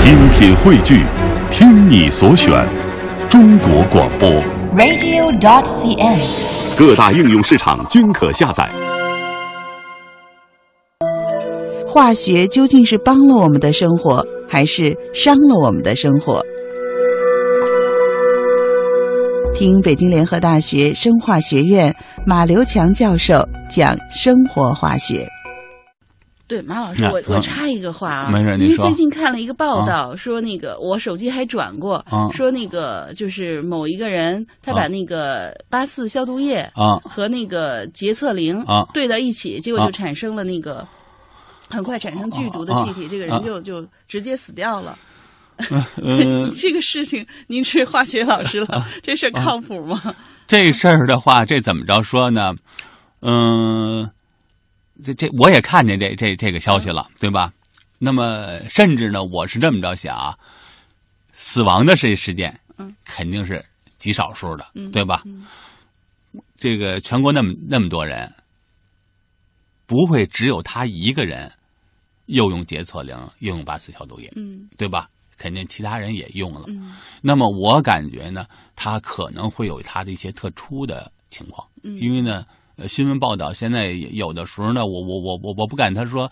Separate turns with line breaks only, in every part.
精品汇聚，听你所选，中国广播。
radio.cn。
各大应用市场均可下载。
化学究竟是帮了我们的生活，还是伤了我们的生活？听北京联合大学生化学院马刘强教授讲生活化学。
对，马老师，
那
我我
嗯
插一个话啊，
没事您
因为
说
最近看了一个报道，说那个我手机还转过，
啊
说那个就是某一个人，他
啊
把那个八四消毒液
啊
和那个洁厕灵
啊
对到一起，结果就
啊
产生了那个。很快产生剧毒的气体，这个人就就直接死掉了。
嗯，
这个事情，您是化学老师了，这事儿靠谱吗？
这事儿的话，这怎么着说呢？嗯、这这我也看见这这这个消息
嗯
了，对吧？那么，甚至呢，我是这么着想啊，死亡的这事件，
嗯，
肯定是极少数的，
嗯
对吧？这个全国那么那么多人，不会只有他一个人又用洁厕灵，又用八四消毒液，
嗯
对吧？肯定其他人也用了。
嗯
那么我感觉呢，它可能会有它的一些特殊的情况，
嗯
因为呢，呃新闻报道现在有的时候呢，我我我我我不敢他说。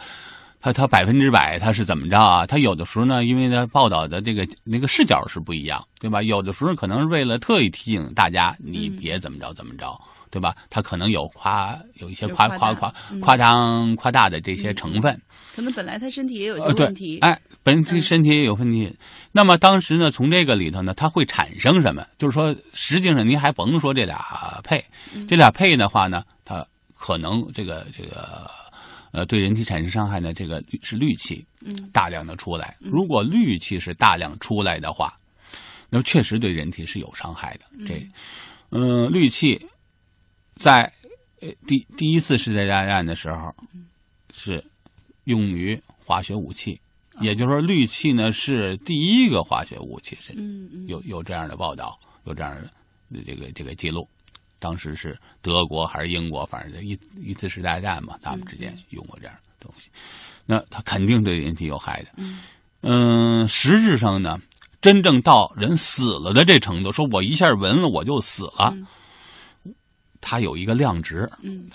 他他百分之百他是怎么着啊？他有的时候呢，因为他报道的这个那个视角是不一样，对吧？有的时候可能是为了特意提醒大家，你
嗯
别怎么着怎么着，对吧？他可能有夸有一些
有
夸
夸
夸
大
夸
嗯
夸张夸大的这些成分，
可能本来他身体也有
呃，
些
对
问题，
哎，本身
嗯
身体也有问题。那么当时呢，从这个里头呢，它会产生什么？就是说，实际上您还甭说这俩配，
嗯
这俩配的话呢，它可能这个这个呃，对人体产生伤害呢，这个是氯气
嗯
大量的出来。如果氯气是大量出来的话，那么确实对人体是有伤害的。这，嗯，氯气在呃第第一次世界大战的时候
嗯
是用于化学武器，也就是说，氯气呢是第一个化学武器，是
嗯嗯，
有有这样的报道，有这样的呃这个这个记录。当时是德国还是英国，反正一一次世界大战嘛，
嗯
他们之间用过这样的东西，那它肯定对人体有害的。嗯、实质上呢，真正到人死了的这程度，说我一下闻了我就死了，它有一个量值，呃
嗯，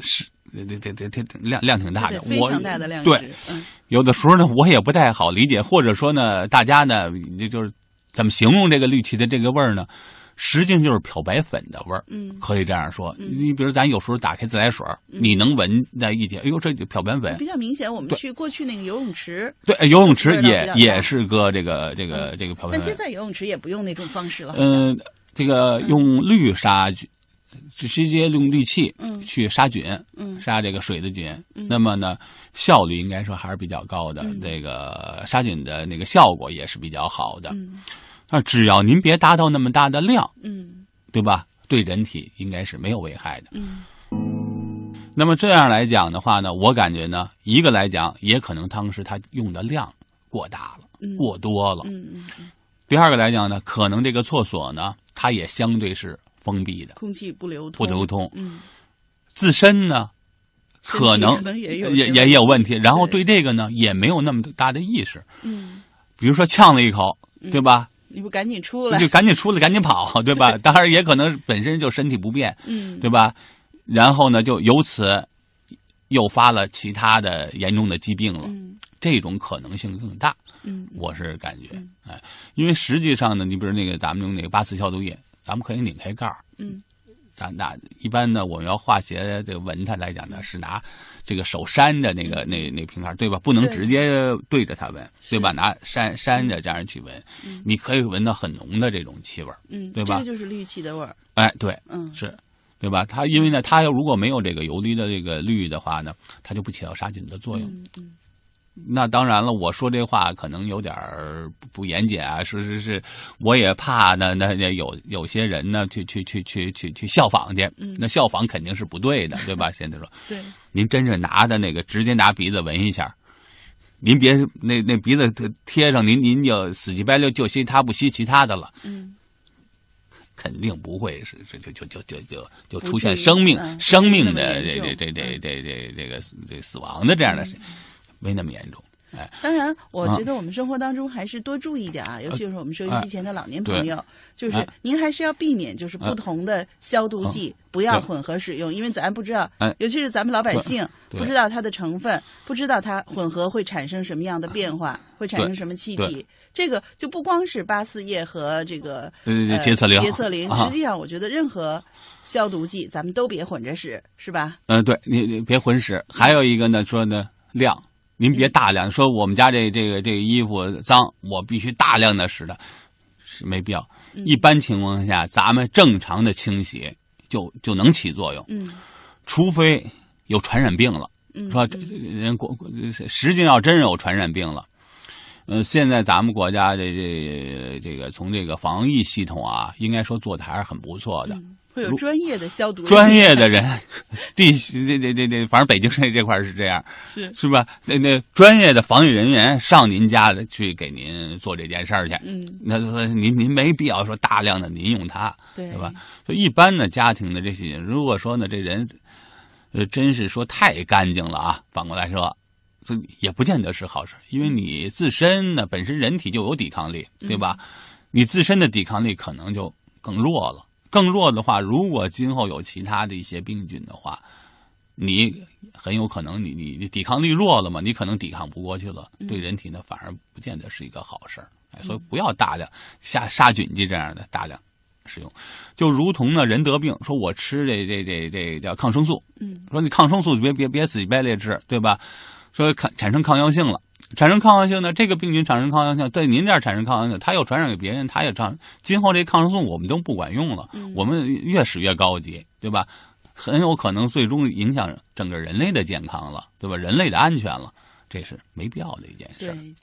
是呃这这这这这量量挺大
对
的，
非
哎我
常大的量值，
对，
嗯
有的时候呢，我也不太好理解，或者说呢，大家呢，这就是怎么形容这个绿旗的这个味儿呢？实际上就是漂白粉的味儿，
嗯
可以这样说。你比如咱有时候打开自来水儿，你能闻在一起，哎呦，这就漂白粉
比。较明显。我们
对
去过去那个游泳池，
对，哎游泳池
嗯味道比
也
较
也
大
是搁这个这个这个漂白
但
粉
现。在游泳池也不用那种方式了。好像
嗯，这个用氯杀菌，直直接用氯气
嗯
去杀菌，
嗯
杀这个水的菌。那么呢，效率应该说还是比较高
嗯
的，这个杀菌的那个效果也是比较好的。
嗯
那只要您别达到那么大的量，
嗯
对吧？对人体应该是没有危害的。
嗯
那么这样来讲的话呢，我感觉呢，一个来讲，也可能当时它用的量过大了，
嗯
过多了。
嗯嗯，
第二个来讲呢，可能这个厕所呢，它也相对是封闭的，
空气不流
不
通，
流通。
嗯
自身呢，可能
身体可能也有
也
这个
也有问题，然后
对
对这个呢也没有那么大的意识。
嗯，
比如说呛了一口，对吧？
你不赶紧出
你
来
就，赶紧出来，赶 紧跑，对吧？当然也可能本身就身体不便，
嗯
对吧？然后呢，就由此诱发了其他的严重的疾病了，
嗯
这种可能性更大。
嗯
我是感觉，哎，因为实际上呢，你比如那个咱们用那个八四消毒液，咱们可以拧开盖儿，
嗯，
咱那一般呢，我们要化学这个闻它来讲呢，是拿这个手扇着那个那那瓶盖儿，对吧？不能
对
直接对着它闻，对吧？拿扇扇着这样去闻，你可以闻到很浓的这种气味儿，
嗯，
对
这
吧
个就是氯气的味儿，
哎，对，
嗯
是。对吧？它因为呢，它如果没有这个游离的这个氯的话呢，它就不起到杀菌的作用。
嗯嗯
那当然了，我说这话可能有点儿不不严谨啊，是是是，我也怕呢，那那有有些人呢，去去去去去去效仿去，
嗯
那效仿肯定是不对的，对吧？现 在说，
对，
您真是拿的那个，直接拿鼻子闻一下，您别那那鼻子贴上，您您就死乞白赖就吸它不吸其他的了，
嗯
肯定不会是是就就就就就就
不
出现
至于
生命、
嗯
生命
不那么
的
严
这
重
这这
嗯
这这这这个死这死亡的这样的事，没那么严重。哎，
当然，我觉得我们生活当中还是多注意点啊，尤其是我们收音机前的老年
哎
朋友，就是您还是要避免就是不同的消毒剂不要混合使用，因为咱不知道
哦哎，
尤其是咱们老百姓
对
不知道它的成分，不知道它混合会产生什么样的变化，会产生什么气体
对。
这个就不光是八四叶和这个
对对对
呃
洁厕灵
洁厕灵，
啊
实际上我觉得任何消毒剂咱们都别混着使，是吧？
嗯，对你你别混使。还有一个呢，说呢量，您
嗯
别大量说我们家这这个这个衣服脏，我必须大量的使它，是没必要。
嗯
一般情况下，咱们正常的清洗就就能起作用，
嗯
除非有传染病了，
嗯，
是吧？这这人国国实际上真是有传染病了。呃，现在咱们国家这这这个从这个防疫系统啊，应该说做的还是很不错的。
会有专业的消毒人员，
专业的人，地区这这这这，反正北京这这块儿是这样，
是，
是吧？那那专业的防疫人员上您家的去给您做这件事儿去，
嗯，
那那您您没必要说大量的您用它，
对
对吧？就一般的家庭的这些，如果说呢这人，呃，真是说太干净了啊，反过来说。这也不见得是好事，因为你自身呢本身人体就有抵抗力，对吧？你自身的抵抗力可能就更弱了。更弱的话，如果今后有其他的一些病菌的话，你很有可能你你你抵抗力弱了嘛，你可能抵抗不过去了，对人体呢反而不见得是一个好事儿。哎，所以不要大量下杀菌剂这样的大量使用，就如同呢人得病，说我吃这这这这叫抗生素，
嗯
说你抗生素别别别死乞白赖吃，对吧？说抗产生抗药性了，产生抗药性呢，这个病菌产生抗药性，对您这儿产生抗药性，它又传染给别人，它也传，今后这抗生素我们都不管用了，我们越使越高级，对吧？很有可能最终影响整个人类的健康了，对吧？人类的安全了，这是没必要的一件事儿。
对。